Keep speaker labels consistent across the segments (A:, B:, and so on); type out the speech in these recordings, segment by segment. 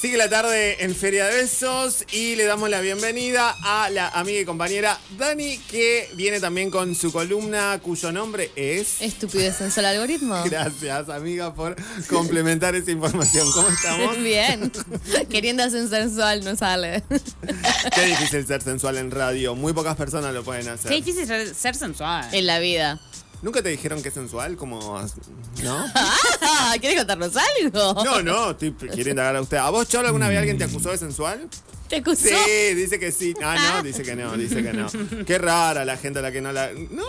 A: Sigue la tarde en Feria de Besos y le damos la bienvenida a la amiga y compañera Dani, que viene también con su columna cuyo nombre es.
B: Estupidez en solo algoritmo.
A: Gracias, amiga, por complementar esa información. ¿Cómo estamos?
B: Bien. Queriendo ser sensual no sale.
A: Qué difícil ser sensual en radio. Muy pocas personas lo pueden hacer.
C: Qué difícil ser, ser sensual.
B: En la vida.
A: ¿Nunca te dijeron que es sensual? Como. ¿No?
B: Ah, ¿Quieres contarnos algo?
A: No, no, estoy queriendo agarrar a usted. ¿A vos, Cholo, alguna vez alguien te acusó de sensual?
B: ¿Te acusó?
A: Sí, dice que sí. Ah, no, dice que no, dice que no. Qué rara la gente a la que no la. No,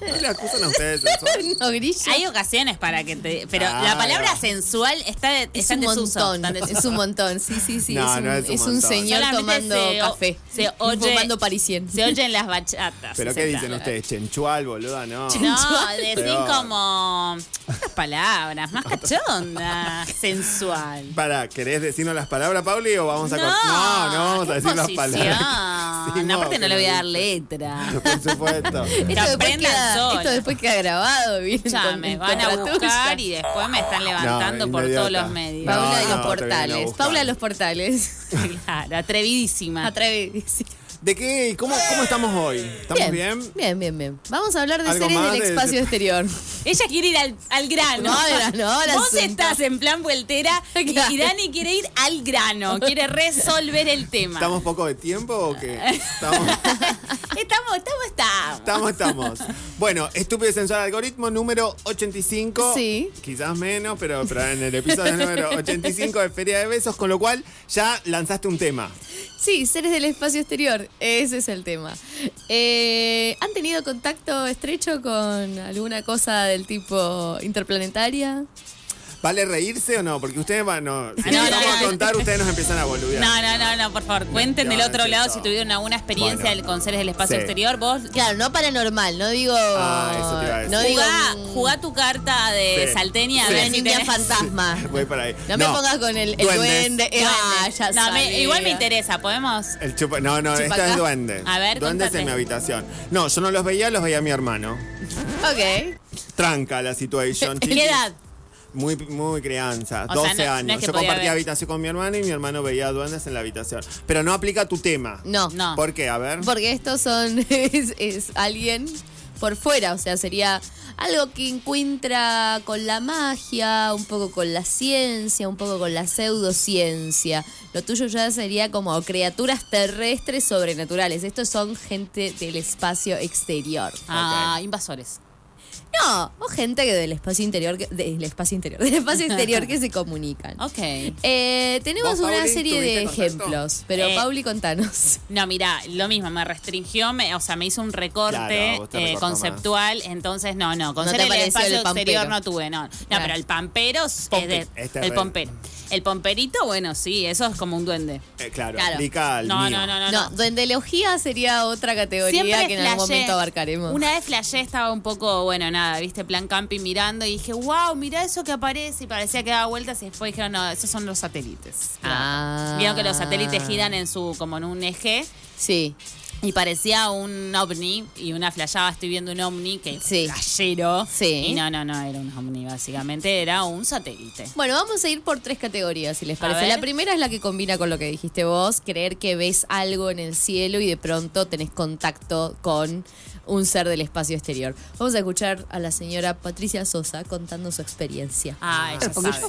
A: no le acusan a ustedes de sensual.
B: No, Grillo.
C: Hay ocasiones para que te. Pero
A: Ah,
C: la palabra
A: ya.
C: sensual está,
B: Es
C: está
B: un
C: en desuso.
B: montón,
C: está en desuso.
B: es un montón, sí, sí, sí.
A: No,
B: es un,
A: no es un
B: es un
A: montón.
B: señor
C: Solamente
B: tomando
C: se o-
B: café.
C: se oye-
B: Fumando parisien.
C: Se oyen las bachatas.
A: ¿Pero qué
C: etcétera.
A: dicen ustedes? ¿Chenchual, boluda? No.
C: No, decir
A: Peor.
C: como. Otras palabras, más cachonda. sensual.
A: Para, ¿querés decirnos las palabras, Pauli? ¿O vamos a
C: No,
A: cor- No, no vamos a
C: qué
A: decir las palabras. Sí,
C: posición.
A: no,
C: Aparte, no
A: que
C: le voy a
A: no
C: dar
A: dice.
C: letra.
A: Por supuesto.
B: Esto después,
C: aprendan
B: queda, esto
C: solas.
B: después queda grabado, bien.
C: Ya,
B: con-
C: me
B: en
C: van a
B: contra tuya.
C: buscar y después me están levantando por todos
A: inmediata.
C: los
A: No,
C: medios.
A: no,
B: Paula de los
A: te vienen a
B: portales.
A: buscar.
B: Paula de los portales.
C: Claro, atrevidísima.
B: Atrevidísima.
A: ¿De qué? ¿Cómo, cómo estamos hoy? ¿Estamos bien?
B: Bien, bien, bien. Vamos a hablar de
A: ¿Algo
B: seres
A: más
B: del
A: de- este
B: espacio
A: de-
B: exterior.
C: Ella quiere ir al, al grano.
B: No, al grano, al
C: Vos
B: asunto.
C: estás en plan vueltera y,
B: Claro.
C: y Dani quiere ir al grano, quiere resolver el tema.
A: ¿Estamos poco de tiempo o qué? Estamos.
C: estamos, estamos. estamos.
A: Estamos, estamos. Bueno, estúpido y sensual algoritmo número 85.
B: Sí.
A: Quizás menos, pero, pero en el episodio número 85 de Feria de Besos, con lo cual ya lanzaste un tema.
B: Sí, seres del espacio exterior. Ese es el tema. Eh, ¿Han tenido contacto estrecho con alguna cosa del tipo interplanetaria?
A: ¿Vale reírse o no? Porque ustedes van. No, si
C: No,
A: no,
C: no,
A: vamos a
C: no.
A: contar, ustedes nos empiezan a boludear.
C: No, no, no, no, por favor, cuenten del
A: No,
C: otro
A: es
C: lado
A: eso.
C: si tuvieron alguna experiencia
A: Bueno.
C: del con seres del espacio
A: Sí.
C: exterior. Vos
B: Claro, no paranormal, no digo.
A: Ah, eso te iba a decir.
B: no digo.
C: jugá,
B: un-
C: jugá tu carta de
A: Sí.
C: salteña.
A: Sí.
C: a ver
B: una
C: si
B: niña
C: tenés-
B: fantasma.
A: Voy para ahí.
B: No, me pongas con el, el
A: Duendes.
B: duende. eh, ah, ya
C: No, me-
B: sabía.
C: igual me interesa, ¿podemos?
A: El chupa- no, no, esto
B: Chupacá.
A: es duendes.
C: A ver,
A: duendes
C: contate.
A: en mi habitación. No, yo no los veía, los veía mi hermano.
B: Ok.
A: Tranca la situación.
C: ¿Qué edad?
A: Muy, muy crianza,
C: O sea,
A: 12
C: no- no
A: años.
C: es que
A: Yo
C: podía
A: compartía
C: ver.
A: habitación con mi hermano y mi hermano veía duendes en la habitación. Pero no aplica tu tema.
B: No.
C: No.
A: ¿Por qué? A ver.
B: Porque estos son. Es, es alguien por fuera, o sea, sería algo que encuentra con la magia, un poco con la ciencia, un poco con la pseudociencia. Lo tuyo ya sería como criaturas terrestres sobrenaturales. Estos son gente del espacio exterior.
C: Ah, invasores.
B: No, o gente que del espacio interior, que- del espacio interior, del espacio exterior que se comunican.
C: Ok.
B: Eh, tenemos
A: ¿Vos,
B: una
A: Pauli,
B: serie de
A: tuviste contacto?
B: ejemplos, pero
C: Eh.
B: Pauli, contanos.
C: No, mira, lo mismo, me restringió, me- o sea, me hizo un recorte
A: Claro, vos te
C: eh,
A: recortó
C: conceptual, entonces no, no, con
B: No
C: ser
B: te
C: el
B: pareció
C: espacio
B: el pampero.
C: exterior no tuve, no. No,
B: Claro.
C: pero el pampero es
A: Pompe. este
C: de-
A: Es
C: el
A: terrible.
C: pompero. El pomperito, bueno, sí, eso es como un duende.
A: Eh, claro,
B: Claro.
A: aplica al
C: No,
A: mío.
C: no, no, no,
B: No,
C: no.
B: duendelogía sería otra categoría que en algún
C: flasheé.
B: momento abarcaremos.
C: Una vez flashé estaba un poco, bueno, nada, viste, plan camping mirando y dije, wow, mira eso que aparece. Y parecía que daba vueltas y después dijeron, no, esos son los satélites.
B: Ah.
C: Vieron que los satélites giran en su, como en un eje.
B: Sí.
C: Y parecía un ovni y una flayaba, estoy viendo un ovni que
B: Sí.
C: es flashero.
B: Sí.
C: Y no, no, no era un ovni, básicamente era un satélite.
B: Bueno, vamos a ir por tres categorías, si les
C: A
B: parece.
C: ver.
B: La primera es la que combina con lo que dijiste vos, creer que ves algo en el cielo y de pronto tenés contacto con un ser del espacio exterior. Vamos a escuchar a la señora Patricia Sosa contando su experiencia.
C: Ah, ella
D: Porque
C: sabe.
D: yo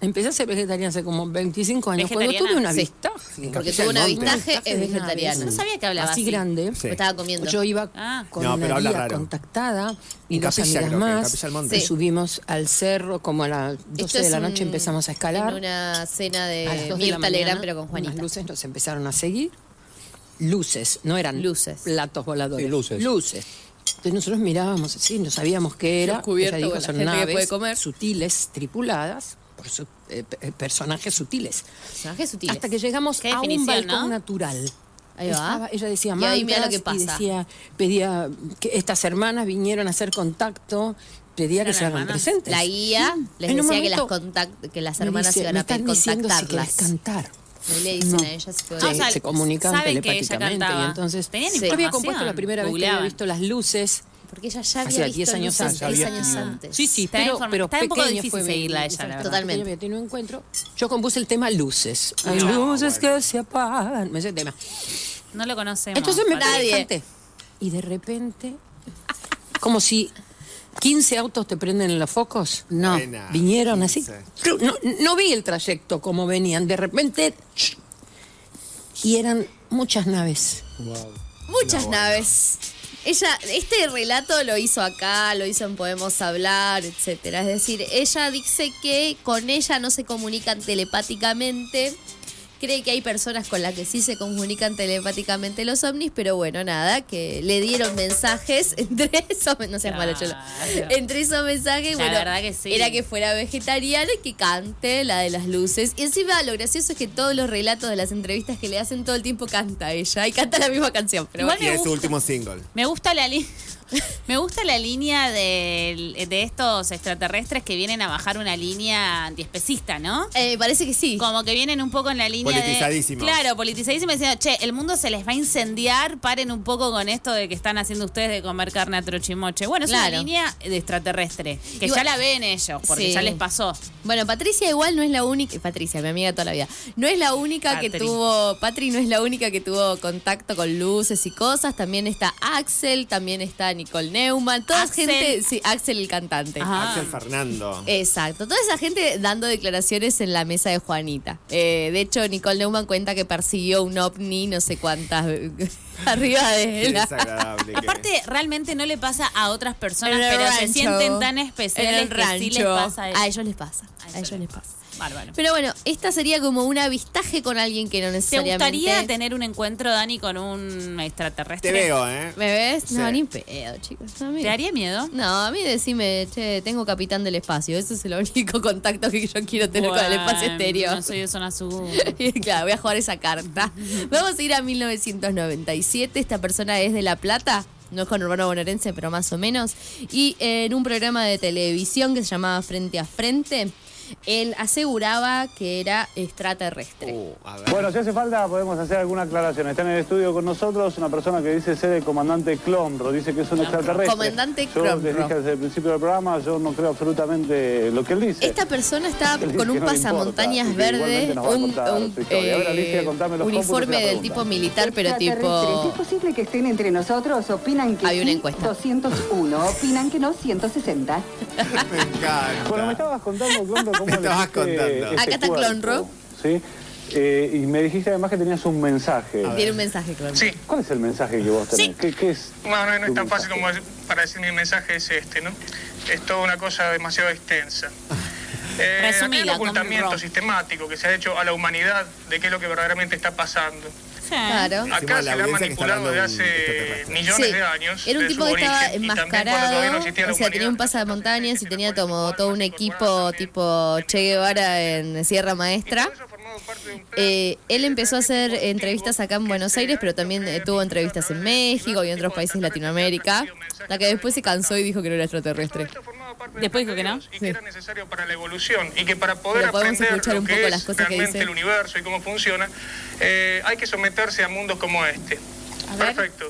D: empecé a ser vegetariana hace como 25 años. Cuando
C: ¿Vegetariana?
D: tuve un
B: Sí.
D: avistaje.
B: Porque
A: Capilla
B: tuvo un
A: del Monte.
B: avistaje, es vegetariana.
C: No sabía que hablaba
D: Así,
C: así.
D: grande.
A: Sí.
B: Estaba comiendo.
D: Yo iba
C: Ah.
D: con
A: No, pero
D: una
A: habla
D: guía
A: raro.
D: contactada y
A: En
D: dos
A: Capilla, creo
D: amigas
A: que, en
D: más.
A: Capilla del Monte.
D: Y
B: Sí.
D: subimos al cerro como a las 12
B: Esto
D: de
B: es
D: la noche
B: un-
D: empezamos a
B: En
D: escalar.
B: una cena
D: a las
B: de
D: 2 de la
B: Eh, Mirta Legrand,
D: mañana,
B: pero con
D: Las
B: Juanita.
D: luces nos empezaron a seguir. Luces, no eran
B: Luces.
D: platos voladores.
E: Sí, luces.
D: Luces. Entonces nosotros mirábamos así, no sabíamos qué era.
B: Los cubiertos,
D: Ella dijo,
B: la
D: son
B: gente que
D: naves
B: puede comer".
D: sutiles, tripuladas, por su- eh, pe- personajes sutiles.
B: Personajes sutiles.
D: Hasta que llegamos
C: Qué
D: a un
C: definición,
D: balcón
C: ¿no?
D: natural.
B: Ahí va.
D: Estaba- ella decía
B: Y ahí mira lo
D: mantras
B: que pasa.
D: y decía, pedía que estas hermanas vinieron a hacer contacto, pedía que
C: ¿Eran
D: se hagan
C: hermanas?
D: presentes.
B: La guía les
D: En un
B: decía que las,
D: momento
B: contact- que las
D: me
B: hermanas
D: dice,
B: iban
D: "Me
B: a pedir
D: están diciendo si querés
B: contactarlas.
D: cantar.
B: Ahí le dicen
D: No.
B: a ellas que
C: Ah, o sea,
D: se comunicaban
C: saben que ella
D: telepáticamente
C: cantaba.
D: y entonces
C: Tenían
D: yo había
C: información,
D: compuesto la primera vez que había
C: googleaban.
D: visto las luces
B: porque ella ya había
D: hacía
B: visto
D: 10 años
B: luces
D: antes.
B: diez
E: Había
B: años
E: tenido-
B: antes.
D: sí sí
C: Está
D: pero
C: informa-
D: pero
C: está un poco
D: pequeño
C: difícil
D: fue mi-
C: seguirla a
D: mi
C: ella, la
D: salto.
C: verdad.
B: Totalmente.
D: Pequeño había tenido un encuentro Yo compuse el tema Luces. Hay
A: No,
D: luces
A: bueno.
D: que se apagan. Me hice el tema.
C: Ah, No lo conocemos.
D: Entonces me
C: parece.
B: Nadie.
D: nadie. Y de repente, como si 15 autos te prenden en los focos. No.
A: Buena.
D: Vinieron así.
A: 15.
D: Tru- No, no vi el trayecto como venían. De repente. ch- Y eran muchas naves.
B: Muchas naves. Ella, este relato lo hizo acá, lo hizo en Podemos Hablar, etcétera. Es decir, ella dice que con ella no se comunican telepáticamente. Cree que hay personas con las que sí se comunican telepáticamente los ovnis, pero bueno, nada, que le dieron mensajes entre esos, no seas malo, Cholo.
C: Claro.
B: Entre esos mensajes,
C: La
B: bueno,
C: verdad que sí.
B: era que fuera vegetariana y que cante la de las luces. Y encima lo gracioso es que todos los relatos de las entrevistas que le hacen todo el tiempo canta ella y canta la misma canción. Pero
C: Igual
A: Y
C: me
A: es su
C: gusta.
A: último single.
C: Me gusta la li- Me gusta la línea del- de estos extraterrestres que vienen a bajar una línea antiespecista, ¿no?
B: Eh, parece que sí.
C: Como que vienen un poco en la línea
A: Politizadísimos.
C: de... Claro, politizadísimos. Diciendo, che, el mundo se les va a incendiar, paren un poco con esto de que están haciendo ustedes de comer carne a trochimoche. Bueno, es una
B: Claro.
C: línea de extraterrestre, que
B: Igual-
C: ya la ven ellos, porque
B: Sí.
C: ya les pasó.
B: Bueno, Patricia igual no es la única, eh, Patricia, mi amiga de toda la vida, no es la única que
C: Patri.
B: tuvo, Patri no es la única que tuvo contacto con luces y cosas, también está Axel, también está Nicole Neumann, toda
C: Axel. Ah,
B: gente, sí, Axel el cantante.
C: Ajá.
A: Axel Fernando.
C: Eh,
B: Exacto, toda esa gente dando declaraciones en la mesa de Juanita. Eh, de hecho, Nicole Neumann cuenta que persiguió un ovni no sé cuántas arriba de
A: Qué
B: él.
A: desagradable. que-
C: Aparte, realmente no le pasa a otras personas,
B: En el
C: pero se
B: rancho.
C: sienten tan
B: En
C: especiales
B: el
C: que sí les
B: rancho.
C: pasa a ellos.
B: A ellos les pasa, a ellos les pasa.
C: Bárbaro.
B: Pero bueno, esta sería como un avistaje con alguien que no
C: ¿Te
B: necesariamente...
C: gustaría tener un encuentro, Dani, con un extraterrestre?
A: Te veo, ¿eh?
B: ¿Me ves? No,
A: Sí.
B: ni pedo, chicos. No, a mí-
C: ¿Te haría miedo?
B: No, a mí decime, che, tengo capitán del espacio. Ese es el único contacto que yo quiero tener con el espacio
C: Bueno,
B: exterior.
C: No soy de zona sur.
B: claro, voy a jugar esa carta. Vamos a ir a 1997. Esta persona es de La Plata. No es con Urbano Bonaerense, pero más o menos. Y en un programa de televisión que se llamaba Frente a Frente, él aseguraba que era extraterrestre.
A: Uh, a ver.
E: Bueno, si hace falta podemos hacer alguna aclaración. Está en el estudio con nosotros una persona que dice ser el comandante Clomro, dice que es un extraterrestre.
B: Comandante
E: Yo
B: Clomro.
E: les dije desde el principio del programa, yo no creo absolutamente lo que él dice.
B: Esta persona está
E: Él dice
B: con
E: que
B: un
E: no le
B: pasamontañas
E: importa, así que
B: verde,
E: igualmente nos va a
B: un,
E: contar
B: un,
E: su historia. A ver, Alicia,
B: eh,
E: contame los cómputos y
B: uniforme
E: la
B: del
E: pregunta.
B: tipo militar, pero
F: Extraterrestres.
B: tipo...
F: ¿Es posible que estén entre nosotros? Opinan que
B: Hay una
F: sí,
B: encuesta.
F: 201. Opinan que no, 160.
A: Me encanta.
E: Bueno, me estabas contando, Clonro, cómo
A: Me estabas
E: elegiste
A: contando.
E: ese
B: Acá está
E: cuerpo,
B: Clonro.
E: ¿Sí? Eh, y me dijiste además que tenías un mensaje.
B: Tiene un mensaje, claro.
G: Sí.
E: ¿Cuál es el mensaje que vos tenés? ¿Qué, qué es?
G: No, no, no
E: tu
G: es tan fácil
E: mensaje?
G: como para decir mi mensaje es este, ¿no? Es toda una cosa demasiado extensa. Eh, acá
C: Resumila,
G: el ocultamiento
C: Tom Rowe.
G: sistemático que se ha hecho a la humanidad de qué es lo que verdaderamente está pasando.
B: Claro.
A: Encima
G: Acá
A: la
G: se la
A: audiencia que
G: ha
A: está
G: manipulado
A: hablando
G: de
A: un extraterrestre.
G: hace millones
B: Sí.
G: de años.
B: Era un
G: de
B: tipo
G: su
B: que estaba
G: origen, y también cuando todavía no
B: enmascarado,
G: existía la
B: o sea, tenía
G: humanidad.
B: un pasamontañas y tenía como todo un equipo tipo Che Guevara en Sierra Maestra.
G: Y todo eso formado parte de un plan
B: Eh, él
G: de
B: empezó a hacer
G: grandes
B: entrevistas acá en
G: colectivos
B: Buenos
G: que
B: Aires, pero
G: crearon
B: también eh,
G: que
B: tuvo entrevistas en México y en otros países de Latinoamérica, la que después se cansó y dijo que no era extraterrestre.
G: Todo esto formaba parte del
C: Después dijo
G: plan
C: que
G: de
C: no.
G: Dios Y que era necesario para la evolución y que para poder
B: Pero podemos
G: aprender
B: escuchar
G: lo
B: un
G: que
B: poco
G: es
B: las cosas que
G: realmente
B: dice.
G: el universo y cómo funciona, eh, hay que someterse a mundos como este.
C: A ver.
G: Perfecto.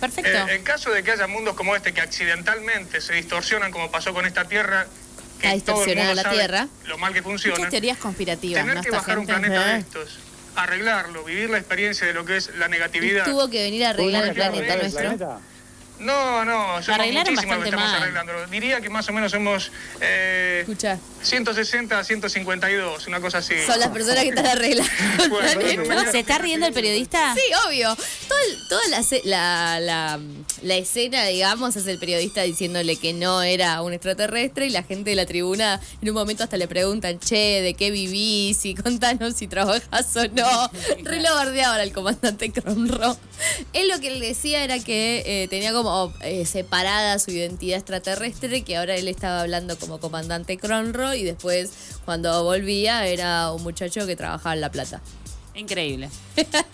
C: Perfecto.
G: Eh, en caso de que haya mundos como este que accidentalmente se distorsionan como pasó con esta Tierra, que
B: Está
G: todo el
B: distorsionada
G: mundo
B: la
G: sabe
B: Tierra.
G: lo mal que funciona,
B: Muchas teorías conspirativas,
G: tener
B: ¿no?
G: que
B: Esta
G: bajar un
B: gente.
G: planeta de
B: Ajá.
G: estos, arreglarlo, vivir la experiencia de lo que es la negatividad.
B: Tuvo que venir a arreglar el
G: Uy, no,
B: planeta
G: no,
B: nuestro.
G: No, no, somos
C: Arreglaron
G: muchísimos los
C: bastante
G: que estamos
C: mal.
G: arreglando. Diría que más o menos somos eh,
B: Escucha,
G: 160 a 152, una cosa así.
B: son las personas que están arreglando el
G: Bueno,
B: planeta.
G: bueno,
C: ¿Se está riendo el periodista?
B: Sí, obvio. Todo el- toda la, ce- la, la- la escena, digamos, es el periodista diciéndole que no era un extraterrestre y la gente de la tribuna en un momento hasta le preguntan, che, ¿de qué vivís? Y contanos si trabajas o no. Re lo bardeaba ahora el comandante Cronro. Él lo que le decía era que eh, tenía como eh, separada su identidad extraterrestre, que ahora él estaba hablando como comandante Cronro y después cuando volvía era un muchacho que trabajaba en La Plata.
C: Increíble.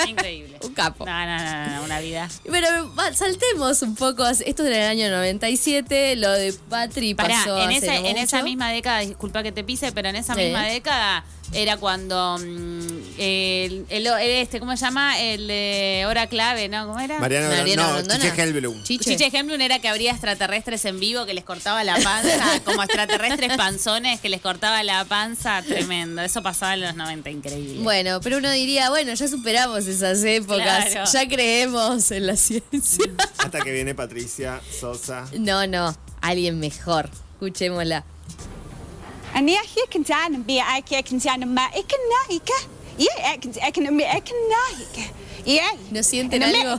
C: Increíble.
B: Un capo.
C: No, no, no, no, una vida.
B: Pero va, saltemos un poco. Esto era el año 97, lo de Patri
C: Pará,
B: pasó
C: en,
B: hace
C: esa,
B: no
C: en esa
B: mucho.
C: misma década, disculpa que te pise, pero en esa
B: Sí.
C: misma década era cuando mm, el, el- el este, ¿cómo se llama? El de hora clave, ¿no? ¿Cómo era?
A: Mariano,
B: Mariano
A: no,
B: Grondona.
A: Chiche Helblum.
B: Chiche.
C: Chiche Hemblum era que habría extraterrestres en vivo que les cortaba la panza, como extraterrestres panzones que les cortaba la panza, tremendo. Eso pasaba en los 90, increíble.
B: Bueno, pero uno diría, bueno, ya superamos esas épocas,
C: Claro.
B: ya creemos en la ciencia.
A: Hasta que viene Patricia Sosa.
B: No, no, alguien mejor. Escuchémosla.
H: أنا هي كنت أنا بيعك يا كنت أنا ما إكن نايك يا كنت أكن أمي أكن نايك
B: ¿No
H: يا
B: sienten algo?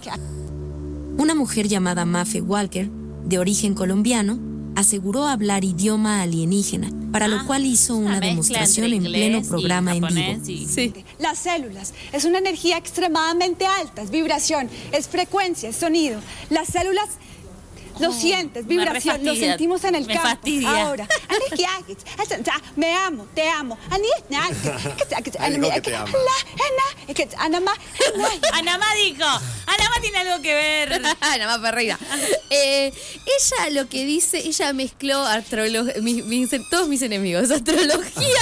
I: Una mujer llamada Mafe Walker, de origen colombiano, aseguró hablar idioma alienígena, para lo cual hizo una
C: Ah, mezcla entre
I: demostración en
C: inglés
I: pleno
C: y
I: programa en vivo.
C: japonés y-
H: Las células es una energía extremadamente alta, es vibración, es frecuencia, es sonido. Las células lo sientes,
C: Oh, me
H: vibración, lo
C: refastidia,
H: sentimos en el
C: me
H: campo.
C: fastidia.
H: Ahora, أنا هيك، أنت- me amo, te amo. أنا هيك نايك، كنت- كنت أنا
A: Algo que
H: بيعك،
A: te ama.
H: لا، أنا- كنت أنا ما- نايك.
C: Anamá dijo, Anamá tiene algo que ver.
B: Nada más Ferreira. Eh, ella lo que dice, ella mezcló astrología, todos mis enemigos, astrología,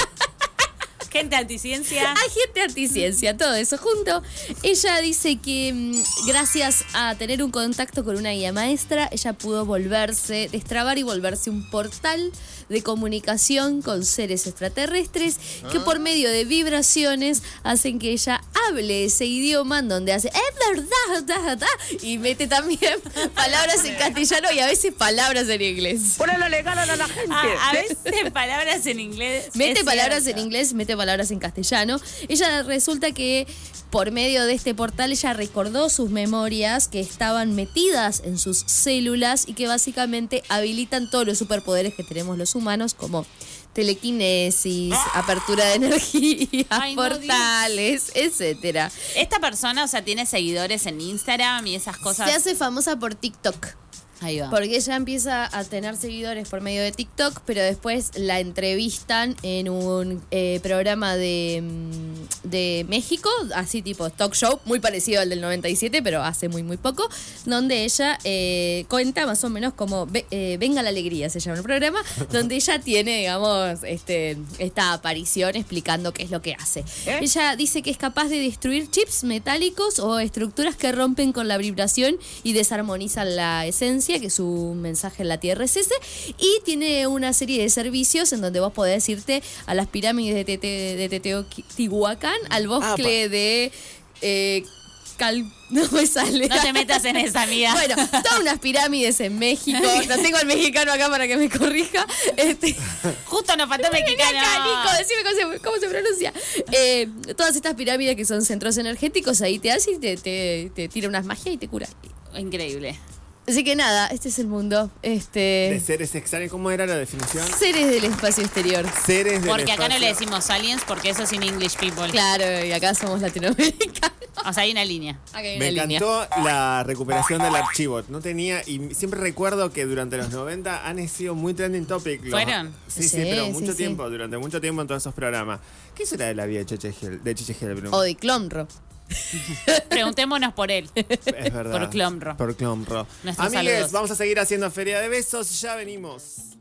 C: Gente anticiencia.
B: agente anticiencia, todo eso junto. Ella dice que mm, gracias a tener un contacto con una guía maestra, ella pudo volverse, destrabar y volverse un portal de comunicación con seres extraterrestres que por medio de vibraciones hacen que ella hable ese idioma en donde hace es verdad da, da", y mete también palabras en castellano y a veces palabras en inglés.
J: Ponelo legal a la gente.
C: A, a veces palabras en inglés.
B: Mete
C: es
B: palabras
C: cierto.
B: en inglés, mete palabras en castellano. Ella resulta que por medio de este portal ella recordó sus memorias que estaban metidas en sus células y que básicamente habilitan todos los superpoderes que tenemos los humanos como telequinesis, apertura de energía,
C: ¡Ah! Ay, no, Dios.
B: portales, etcétera.
C: Esta persona, o sea, tiene seguidores en Instagram y esas cosas.
B: Se hace famosa por TikTok.
C: Ahí va.
B: Porque ella empieza a tener seguidores por medio de TikTok, pero después la entrevistan en un eh, programa de, mm, de México, así tipo talk show, muy parecido al del 97, pero hace muy, muy poco, donde ella eh, cuenta más o menos como ve- eh, Venga la Alegría, se llama el programa, donde ella tiene, digamos, este, esta aparición explicando qué es lo que hace.
C: ¿Eh?
B: Ella dice que es capaz de destruir chips metálicos o estructuras que rompen con la vibración y desarmonizan la esencia, que su mensaje en la Tierra es ese. Y tiene una serie de servicios en donde vos podés irte a las pirámides de, Tete, de Teotihuacán, al bosque de... eh, Cal- No me sale.
C: No te metas en esa, amiga.
B: Bueno, todas unas pirámides en México. No tengo al mexicano acá para que me corrija. Este,
C: Justo nos faltó el mexicano.
B: Acá, Nico, decime cómo se, cómo se pronuncia. Eh, todas estas pirámides que son centros energéticos, ahí te hace y te, te- te tira unas magias y te cura.
C: Increíble.
B: Así que nada, este es el mundo.
A: De
B: Este,
A: seres extraños, ¿cómo era la definición?
B: seres del espacio exterior.
A: Seres del
C: Porque acá no le
A: espacio.
C: decimos aliens porque eso es in English people.
B: Claro, y acá somos latinoamericanos.
C: O sea, hay una línea.
B: Acá hay
A: Me
B: una línea.
A: encantó la recuperación del archivo. No tenía, y siempre recuerdo que durante los 90 han sido muy trending topic. los-
C: ¿Fueron?
A: Sí, sí,
B: Sí,
A: pero
B: sí,
A: mucho
B: sí.
A: tiempo, durante mucho tiempo en todos esos programas. ¿Qué será de la vida de Cheche Gel- de Chiche Helbrum?
B: O de Clomro.
C: Preguntémonos por él.
A: Es verdad.
C: Por Clomro.
A: Por Clomro.
C: Nuestros
A: Amigues,
C: saludos.
A: vamos a seguir haciendo Feria de Besos. Ya venimos.